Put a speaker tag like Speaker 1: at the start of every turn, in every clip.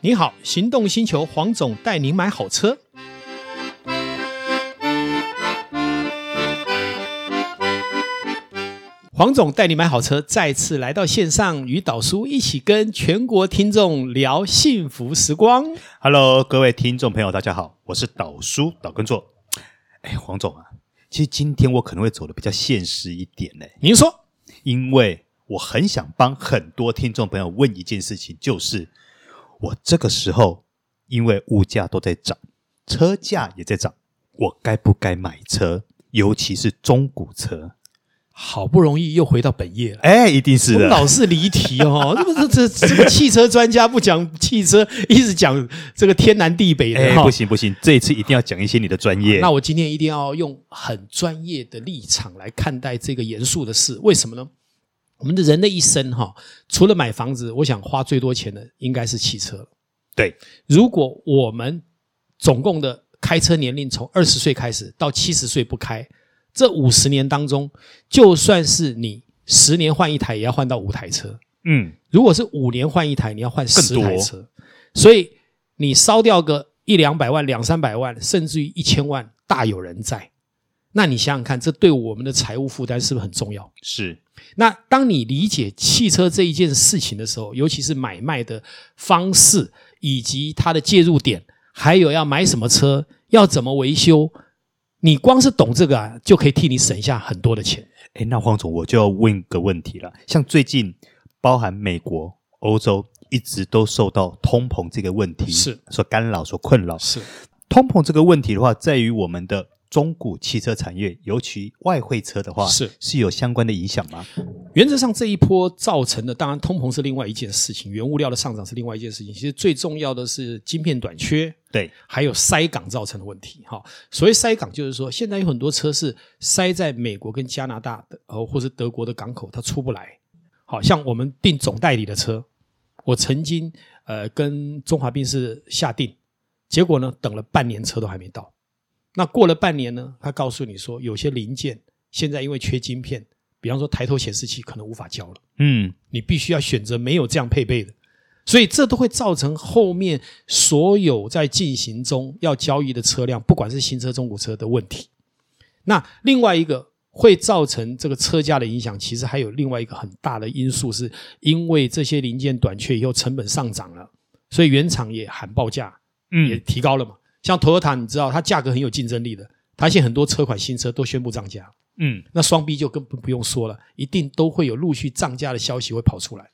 Speaker 1: 你好，行动星球黄总带您买好车。黄总带你买好车，再次来到线上，与导叔一起跟全国听众聊幸福时光。
Speaker 2: Hello，各位听众朋友，大家好，我是导叔导根座。哎，黄总啊，其实今天我可能会走的比较现实一点呢，
Speaker 1: 您说，
Speaker 2: 因为我很想帮很多听众朋友问一件事情，就是我这个时候因为物价都在涨，车价也在涨，我该不该买车？尤其是中古车，
Speaker 1: 好不容易又回到本业了。
Speaker 2: 哎，一定是
Speaker 1: 我们
Speaker 2: 的。
Speaker 1: 老是离题哦， 这不这这这个汽车专家不讲汽车，一直讲这个天南地北
Speaker 2: 哎
Speaker 1: 的，哈、
Speaker 2: 不行不行，这一次一定要讲一些你的专业。
Speaker 1: 那我今天一定要用很专业的立场来看待这个严肃的事，为什么呢？我们的人的一生哈、除了买房子，我想花最多钱的应该是汽车了。
Speaker 2: 对，
Speaker 1: 如果我们总共的开车年龄从二十岁开始到七十岁不开，这五十年当中，就算是你十年换一台，也要换到五台车。
Speaker 2: 嗯，
Speaker 1: 如果是五年换一台，你要换十
Speaker 2: 更
Speaker 1: 台
Speaker 2: 多
Speaker 1: 车，所以你烧掉个一两百万、两三百万，甚至于一千万，大有人在。那你想想看，这对我们的财务负担是不是很重要？
Speaker 2: 是
Speaker 1: 那当你理解汽车这一件事情的时候，尤其是买卖的方式以及它的介入点，还有要买什么车，要怎么维修，你光是懂这个啊，就可以替你省下很多的钱。
Speaker 2: 哎，那黄总，我就要问个问题了。像最近，包含美国、欧洲，一直都受到通膨这个问题
Speaker 1: 是
Speaker 2: 所干扰、所困扰。
Speaker 1: 是
Speaker 2: 通膨这个问题的话，在于我们的中古汽车产业，尤其外汇车的话，
Speaker 1: 是
Speaker 2: 是有相关的影响吗？
Speaker 1: 原则上这一波造成的，当然通膨是另外一件事情，原物料的上涨是另外一件事情。其实最重要的是晶片短缺，
Speaker 2: 对，
Speaker 1: 还有塞港造成的问题。哈，所谓塞港就是说，现在有很多车是塞在美国跟加拿大的，呃，或是德国的港口，它出不来。好像我们订总代理的车，我曾经呃跟中华宾士下定，结果呢等了半年车都还没到。那过了半年呢，他告诉你说，有些零件现在因为缺晶片，比方说抬头显示器可能无法交了。
Speaker 2: 嗯，
Speaker 1: 你必须要选择没有这样配备的，所以这都会造成后面所有在进行中要交易的车辆，不管是新车、中古车的问题。那另外一个会造成这个车价的影响，其实还有另外一个很大的因素，是因为这些零件短缺以后成本上涨了，所以原厂也喊报价，
Speaker 2: 嗯
Speaker 1: 也提高了嘛。像 Toyota，你知道它价格很有竞争力的，它现在很多车款新车都宣布涨价。
Speaker 2: 嗯，
Speaker 1: 那双 B 就更不不用说了，一定都会有陆续涨价的消息会跑出来。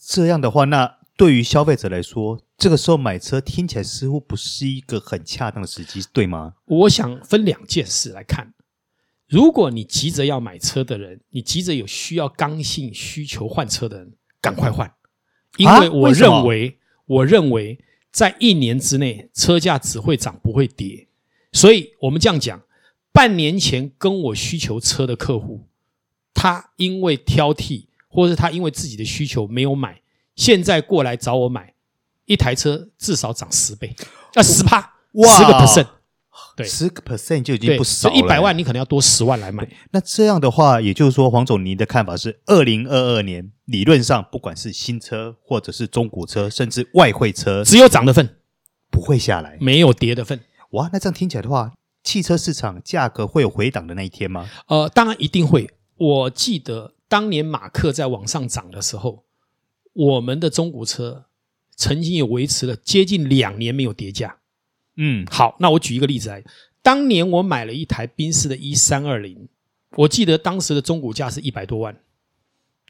Speaker 2: 这样的话，那对于消费者来说，这个时候买车听起来似乎不是一个很恰当的时机，对吗？
Speaker 1: 我想分两件事来看。如果你急着要买车的人，你急着有需要刚性需求换车的人，赶快换，因
Speaker 2: 啊
Speaker 1: 为我
Speaker 2: 为什么
Speaker 1: 认为，我认为在一年之内车价只会涨不会跌，所以我们这样讲，半年前跟我需求车的客户，他因为挑剔，或是他因为自己的需求没有买，现在过来找我买一台车，至少涨十倍，啊十趴，
Speaker 2: 哇
Speaker 1: 十个 percent。对
Speaker 2: 十个 percent 就已经
Speaker 1: 对，
Speaker 2: 不少了，
Speaker 1: 一百万你可能要多十万来买。
Speaker 2: 那这样的话，也就是说，黄总您的看法是，二零二二年理论上，不管是新车或者是中古车，甚至外汇车，
Speaker 1: 只有涨的份，
Speaker 2: 不会下来。
Speaker 1: 没有跌的份。
Speaker 2: 哇，那这样听起来的话，汽车市场价格会有回档的那一天吗？
Speaker 1: 呃，当然一定会。我记得当年马克在往上涨的时候，我们的中古车曾经也维持了接近两年没有跌价。
Speaker 2: 嗯，
Speaker 1: 好，那我举一个例子来，当年我买了一台宾士的一三二零，我记得当时的中古价是一百多万，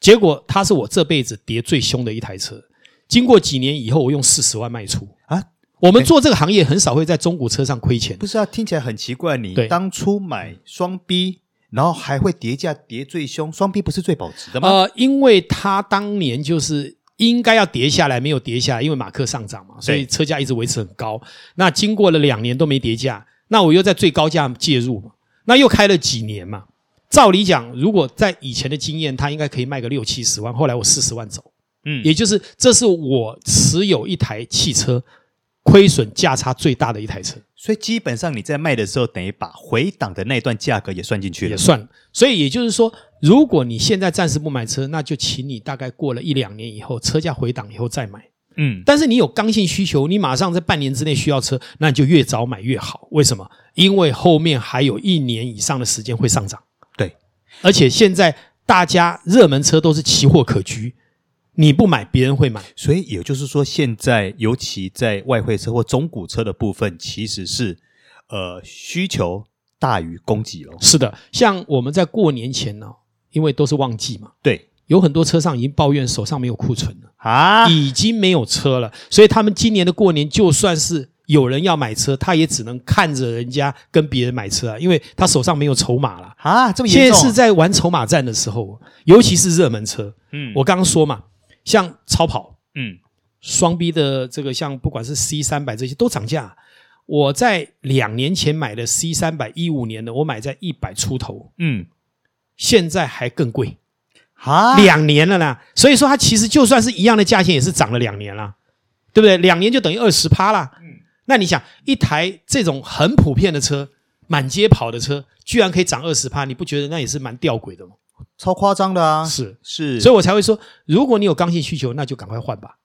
Speaker 1: 结果它是我这辈子跌最凶的一台车。经过几年以后，我用四十万卖出。
Speaker 2: 啊，
Speaker 1: 我们做这个行业很少会在中古车上亏钱
Speaker 2: 不，是啊，听起来很奇怪。你
Speaker 1: 对
Speaker 2: 当初买双 B，然后还会叠价叠最凶，双 B 不是最保值的吗？
Speaker 1: 呃，因为它当年就是应该要跌下来，没有跌下来，因为马克上涨嘛，所以车价一直维持很高。那经过了两年都没跌价，那我又在最高价介入嘛，那又开了几年嘛。照理讲，如果在以前的经验，它应该可以卖个六七十万，后来我四十万走，
Speaker 2: 嗯，
Speaker 1: 也就是这是我持有一台汽车亏损价差最大的一台车。
Speaker 2: 所以基本上你在卖的时候，等于把回档的那一段价格也算进去
Speaker 1: 也
Speaker 2: 了。
Speaker 1: 算了。所以也就是说，如果你现在暂时不买车，那就请你大概过了一两年以后，车价回档以后再买。
Speaker 2: 嗯，
Speaker 1: 但是你有刚性需求，你马上在半年之内需要车，那你就越早买越好。为什么？因为后面还有一年以上的时间会上涨，
Speaker 2: 对，
Speaker 1: 而且现在大家热门车都是奇货可居，你不买别人会买。
Speaker 2: 所以也就是说，现在尤其在外汇车或中古车的部分，其实是呃需求大于供给咯。
Speaker 1: 是的，像我们在过年前呢、因为都是旺季嘛，
Speaker 2: 对
Speaker 1: 有很多车上已经抱怨手上没有库存了。
Speaker 2: 啊，
Speaker 1: 已经没有车了，所以他们今年的过年就算是有人要买车，他也只能看着人家跟别人买车啊，因为他手上没有筹码了。
Speaker 2: 啊，这么
Speaker 1: 现
Speaker 2: 严
Speaker 1: 在
Speaker 2: 重、
Speaker 1: 是在玩筹码战的时候，尤其是热门车。
Speaker 2: 嗯
Speaker 1: 我刚刚说嘛，像超跑、
Speaker 2: 嗯
Speaker 1: 双 B 的这个，像不管是 C 三百这些都涨价。我在两年前买的 C 三百，一五年的，我买在一百出头，
Speaker 2: 嗯
Speaker 1: 现在还更贵，
Speaker 2: 啊，
Speaker 1: 两年了啦。所以说它其实就算是一样的价钱，也是涨了两年啦，对不对？两年就等于二十趴啦。
Speaker 2: 嗯
Speaker 1: 那你想，一台这种很普遍的车，满街跑的车，居然可以涨二十趴，你不觉得那也是蛮吊诡的吗？
Speaker 2: 超夸张的啊，
Speaker 1: 是，
Speaker 2: 是，
Speaker 1: 所以我才会说，如果你有刚性需求，那就赶快换吧；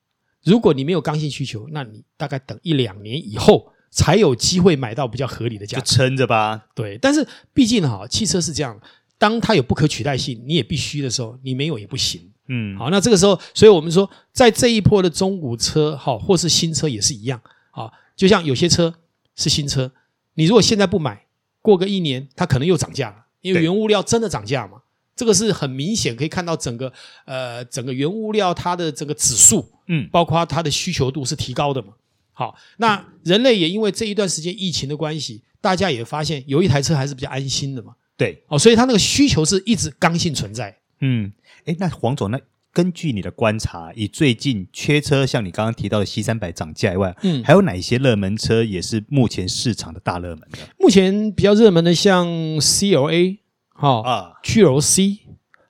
Speaker 1: 如果你没有刚性需求，那你大概等一两年以后才有机会买到比较合理的价
Speaker 2: 就
Speaker 1: 格。
Speaker 2: 撑着吧。
Speaker 1: 对，但是毕竟哈，汽车是这样，当它有不可取代性，你也必须的时候，你没有也不行。
Speaker 2: 嗯，
Speaker 1: 好，那这个时候，所以我们说，在这一波的中古车，好、或是新车也是一样，好、就像有些车是新车，你如果现在不买，过个一年，它可能又涨价了，因为
Speaker 2: 对
Speaker 1: 原物料真的涨价嘛，这个是很明显可以看到整个呃整个原物料它的整个指数，
Speaker 2: 嗯
Speaker 1: 包括它的需求度是提高的嘛。好，那人类也因为这一段时间疫情的关系，大家也发现有一台车还是比较安心的嘛，
Speaker 2: 对，
Speaker 1: 哦，所以它那个需求是一直刚性存在。
Speaker 2: 嗯，哎，那黄总，那根据你的观察，以最近缺车，像你刚刚提到的 C 三百涨价以外，
Speaker 1: 嗯
Speaker 2: 还有哪一些热门车也是目前市场的大热门的
Speaker 1: 目前比较热门的像 CLA 好、
Speaker 2: 啊？
Speaker 1: GLC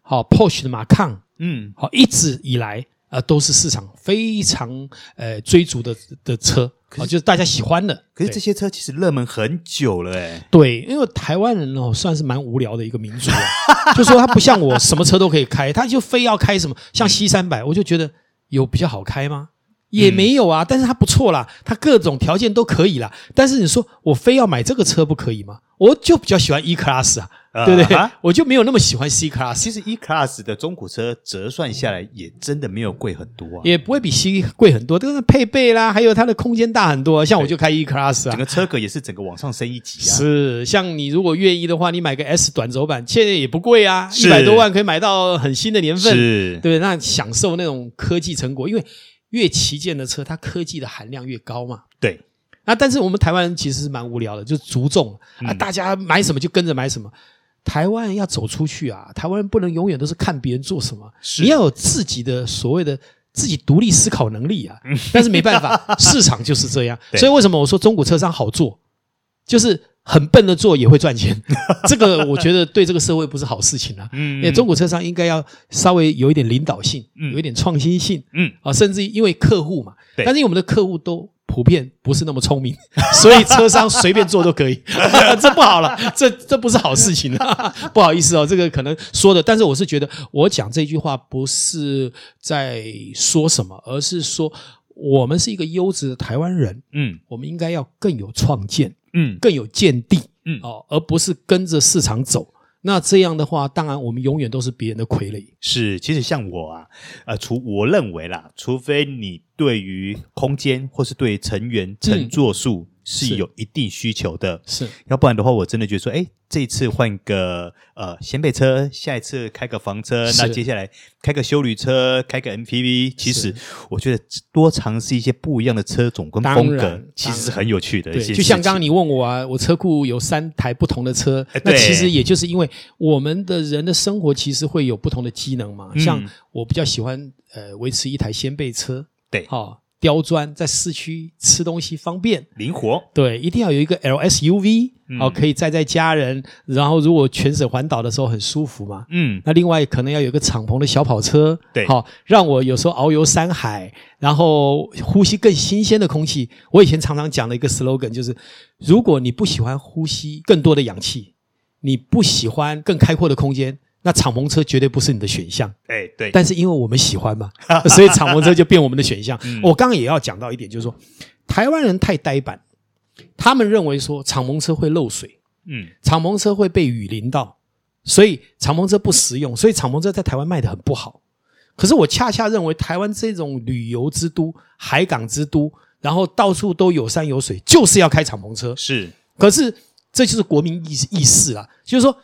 Speaker 1: 好、Porsche 的马抗
Speaker 2: 嗯
Speaker 1: 好、一直以来呃都是市场非常呃追逐的的车，好、就是大家喜欢的。
Speaker 2: 可是这
Speaker 1: 对
Speaker 2: 些车其实热门很久了，哎，
Speaker 1: 对，因为台湾人哦算是蛮无聊的一个民族、啊， 就说他不像我什么车都可以开，他就非要开什么像 C 三百，我就觉得有比较好开吗？也没有啊，但是它不错啦，它各种条件都可以啦。但是你说我非要买这个车不可以吗？我就比较喜欢 E Class 啊，
Speaker 2: 啊
Speaker 1: 对不对
Speaker 2: 哈？
Speaker 1: 我就没有那么喜欢 C Class，
Speaker 2: 其实 E Class 的中古车折算下来也真的没有贵很多啊，
Speaker 1: 也不会比 C 贵很多，但是配备啦，还有它的空间大很多啊。像我就开 E Class 啊
Speaker 2: 整，个车格也是整个往上升一级啊。
Speaker 1: 是，像你如果愿意的话，你买个 S 短轴版，现在也不贵啊，一
Speaker 2: 是
Speaker 1: 百多万可以买到很新的年份，对
Speaker 2: 是
Speaker 1: 不对？那享受那种科技成果，因为越旗舰的车，它科技的含量越高嘛。
Speaker 2: 对，
Speaker 1: 那但是我们台湾人其实是蛮无聊的，就逐众啊，
Speaker 2: 嗯
Speaker 1: 大家买什么就跟着买什么。台湾人要走出去啊，台湾人不能永远都是看别人做什么，
Speaker 2: 是
Speaker 1: 你要有自己的所谓的自己独立思考能力啊。但是没办 法，市场就是这样。
Speaker 2: 嗯对
Speaker 1: 所以为什么我说中古车商好做，就是很笨的做也会赚 钱，这个我觉得对这个社会不是好事情啊。
Speaker 2: 嗯
Speaker 1: 因为中古车商应该要稍微有一点领导性，
Speaker 2: 嗯
Speaker 1: 有一点创新性，
Speaker 2: 嗯
Speaker 1: 啊，甚至因为客户嘛，
Speaker 2: 对
Speaker 1: 但是因为我们的客户都普遍不是那么聪明， 所以车商随便做都可以， 这不好了，这这不是好事情啊， 不好意思哦，这个可能说的，但是我是觉得我讲这句话不是在说什么，而是说我们是一个优质的台湾人，
Speaker 2: 嗯
Speaker 1: 我们应该要更有创建，
Speaker 2: 嗯
Speaker 1: 更有见地，
Speaker 2: 嗯
Speaker 1: 哦，而不是跟着市场走。那这样的话，当然我们永远都是别人的傀儡。
Speaker 2: 是，其实像我啊，呃，除我认为啦，除非你对于空间或是对成员乘坐数
Speaker 1: 嗯是
Speaker 2: 是有一定需求的，
Speaker 1: 是
Speaker 2: 要不然的话，我真的觉得说，哎，这一次换个呃掀背车，下一次开个房车，
Speaker 1: 是
Speaker 2: 那接下来开个修旅车，开个 MPV，其
Speaker 1: 是
Speaker 2: 实我觉得多尝试一些不一样的车种跟
Speaker 1: 当
Speaker 2: 风
Speaker 1: 然
Speaker 2: 格，其
Speaker 1: 当
Speaker 2: 实是
Speaker 1: 然
Speaker 2: 很有趣的一
Speaker 1: 对，
Speaker 2: 些事
Speaker 1: 就
Speaker 2: 情。
Speaker 1: 像刚刚你问我啊，我车库有三台不同的车，
Speaker 2: 哎
Speaker 1: 那
Speaker 2: 对
Speaker 1: 其实也就是因为我们的人的生活其实会有不同的机能嘛。
Speaker 2: 嗯
Speaker 1: 像我比较喜欢呃维持一台掀背车，
Speaker 2: 对
Speaker 1: 好、刁钻，在市区吃东西方便。
Speaker 2: 灵活，
Speaker 1: 对，一定要有一个 LSUV，
Speaker 2: 嗯
Speaker 1: 哦，可以载载家人，然后如果全省环岛的时候很舒服嘛。
Speaker 2: 嗯，
Speaker 1: 那另外可能要有一个敞篷的小跑车，
Speaker 2: 对
Speaker 1: 好、让我有时候遨游山海，然后呼吸更新鲜的空气。我以前常常讲的一个 slogan 就是：如果你不喜欢呼吸更多的氧气，你不喜欢更开阔的空间，那敞篷车绝对不是你的选项。
Speaker 2: 哎，对，
Speaker 1: 但是因为我们喜欢 嘛，所以敞篷车就变我们的选项。
Speaker 2: 嗯
Speaker 1: 我刚刚也要讲到一点，就是说台湾人太呆板，他们认为说敞篷车会漏水，
Speaker 2: 嗯，
Speaker 1: 敞篷车会被雨淋到，所以敞篷车不实用，所以敞篷车在台湾卖的很不好。可是我恰恰认为，台湾这种旅游之都、海港之都，然后到处都有山有水，就是要开敞篷车。
Speaker 2: 是，
Speaker 1: 可是这就是国民意识意识啊，就是说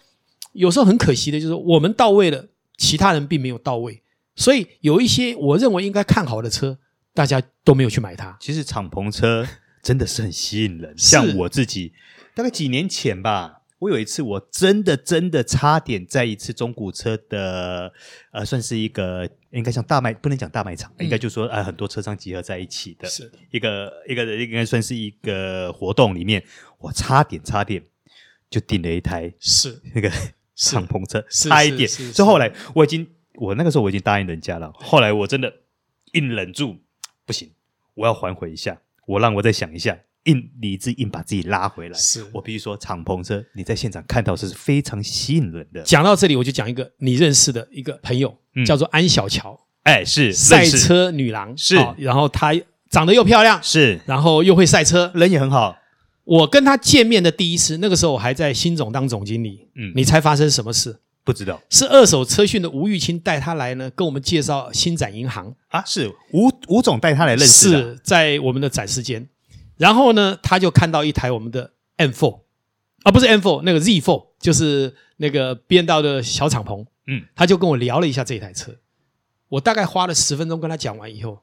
Speaker 1: 有时候很可惜的，就是说我们到位了，其他人并没有到位，所以有一些我认为应该看好的车，大家都没有去买它。
Speaker 2: 其实敞篷车真的是很吸引人，像我自己，大概几年前吧，我有一次我真的真的差点在一次中古车的呃，算是一个应该像大卖，不能讲大卖场，应该就说呃很多车商集合在一起的，
Speaker 1: 是
Speaker 2: 一个一个应该算是一个活动里面，我差点差点就订了一台
Speaker 1: 是
Speaker 2: 那个
Speaker 1: 是
Speaker 2: 敞篷车，
Speaker 1: 是
Speaker 2: 差一
Speaker 1: 是
Speaker 2: 点。
Speaker 1: 是
Speaker 2: 所以后来我已经，我那个时候我已经答应人家了，后来我真的硬忍住，不行，我要还回一下，我让我再想一下，硬理智硬把自己拉回来。
Speaker 1: 是
Speaker 2: 我必须说，敞篷车你在现场看到是非常吸引人的。
Speaker 1: 讲到这里，我就讲一个你认识的一个朋友，
Speaker 2: 嗯
Speaker 1: 叫做安小乔，
Speaker 2: 哎，是
Speaker 1: 赛
Speaker 2: 认识
Speaker 1: 车女郎
Speaker 2: 是
Speaker 1: 好然后她长得又漂亮，
Speaker 2: 是
Speaker 1: 然后又会赛车。
Speaker 2: 人也很好，
Speaker 1: 我跟她见面的第一次，那个时候我还在新总当总经理，
Speaker 2: 嗯
Speaker 1: 你猜发生什么事？
Speaker 2: 不知道
Speaker 1: 是二手车讯的吴玉清带他来呢，跟我们介绍新展银行，
Speaker 2: 啊，是吴吴总带他来认识的，
Speaker 1: 是在我们的展示间。然后呢，他就看到一台我们的 M4，啊，不是 M4，那个 Z4，就是那个变道的小敞篷。
Speaker 2: 嗯，
Speaker 1: 他就跟我聊了一下这台车，我大概花了十分钟跟他讲完以后，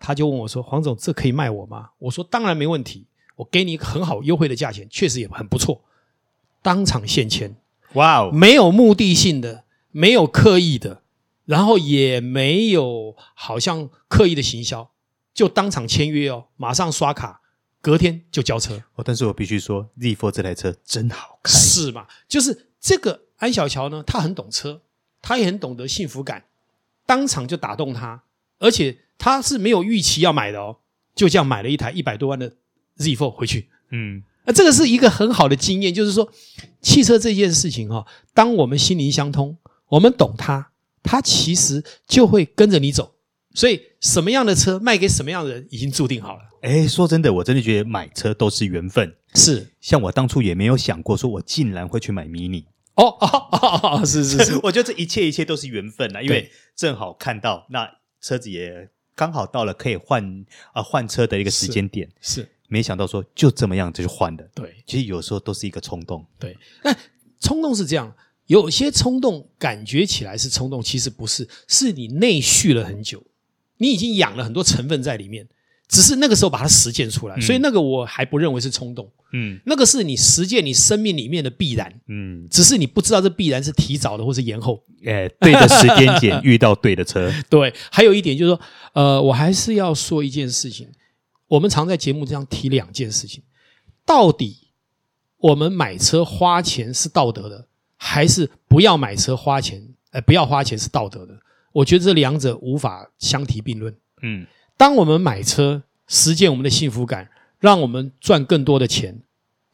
Speaker 1: 他就问我说：“黄总，这可以卖我吗？”我说：“当然没问题，我给你一个很好优惠的价钱，确实也很不错。”当场现签，
Speaker 2: 哇哦，
Speaker 1: 没有目的性的，没有刻意的，然后也没有好像刻意的行销，就当场签约哦，马上刷卡，隔天就交车，
Speaker 2: 哦但是我必须说，Z4 这台车真好开，
Speaker 1: 是嘛？就是这个安小乔呢，他很懂车，他也很懂得幸福感，当场就打动他，而且他是没有预期要买的哦，就这样买了一台一百多万的 Z4 回去。
Speaker 2: 嗯，
Speaker 1: 那啊这个是一个很好的经验，就是说，汽车这件事情哈、当我们心灵相通，我们懂它，它其实就会跟着你走。所以，什么样的车卖给什么样的人，已经注定好了。
Speaker 2: 哎，说真的，我真的觉得买车都是缘分，
Speaker 1: 是
Speaker 2: 像我当初也没有想过，说我竟然会去买 mini。，
Speaker 1: 哦哦哦哦，是是是
Speaker 2: 我觉得这一切一切都是缘分啊，因为
Speaker 1: 对
Speaker 2: 正好看到那车子也刚好到了可以换啊、换车的一个时间点，
Speaker 1: 是，
Speaker 2: 没想到说就这么样子就换了。
Speaker 1: 对
Speaker 2: 其实有时候都是一个冲动，
Speaker 1: 对。那冲动是这样，有些冲动感觉起来是冲动，其实不是，是你内蓄了很久，你已经养了很多成分在里面，只是那个时候把它实践出来，所以那个我还不认为是冲动。
Speaker 2: 嗯
Speaker 1: 那个是你实践你生命里面的必然，
Speaker 2: 嗯，
Speaker 1: 只是你不知道这必然是提早的或是延后。
Speaker 2: 哎，对的时间点遇到对的 车，
Speaker 1: 对，还有一点就是说，呃，我还是要说一件事情，我们常在节目上提两件事情，到底我们买车花钱是道德的，还是不要买车花钱，呃，不要花钱是道德的？我觉得这两者无法相提并论。
Speaker 2: 嗯
Speaker 1: 当我们买车，实践我们的幸福感，让我们赚更多的钱，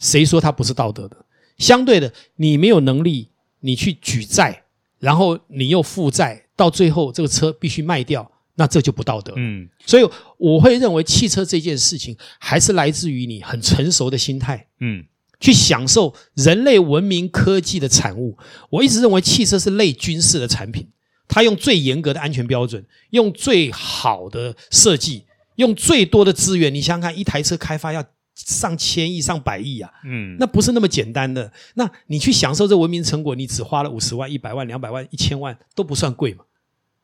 Speaker 1: 谁说它不是道德的？相对的，你没有能力，你去举债，然后你又负债，到最后这个车必须卖掉，那这就不道德。
Speaker 2: 嗯，
Speaker 1: 所以我会认为，汽车这件事情还是来自于你很成熟的心态。
Speaker 2: 嗯
Speaker 1: 去享受人类文明科技的产物。我一直认为汽车是类军事的产品，它用最严格的安全标准，用最好的设计，用最多的资源。你想想看，一台车开发要上千亿、上百亿啊，
Speaker 2: 嗯，
Speaker 1: 那不是那么简单的。那你去享受这文明成果，你只花了五十万、一百万、两百万、一千万都不算贵嘛。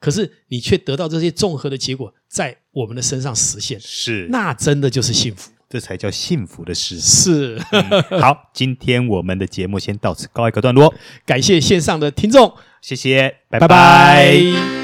Speaker 1: 可是你却得到这些综合的结果，在我们的身上实现，
Speaker 2: 是
Speaker 1: 那真的就是幸福。
Speaker 2: 这才叫幸福的事。
Speaker 1: 是。
Speaker 2: 嗯好，今天我们的节目先到此告一个段落，
Speaker 1: 感谢线上的听众，
Speaker 2: 谢谢，
Speaker 1: 拜
Speaker 2: 拜
Speaker 1: 拜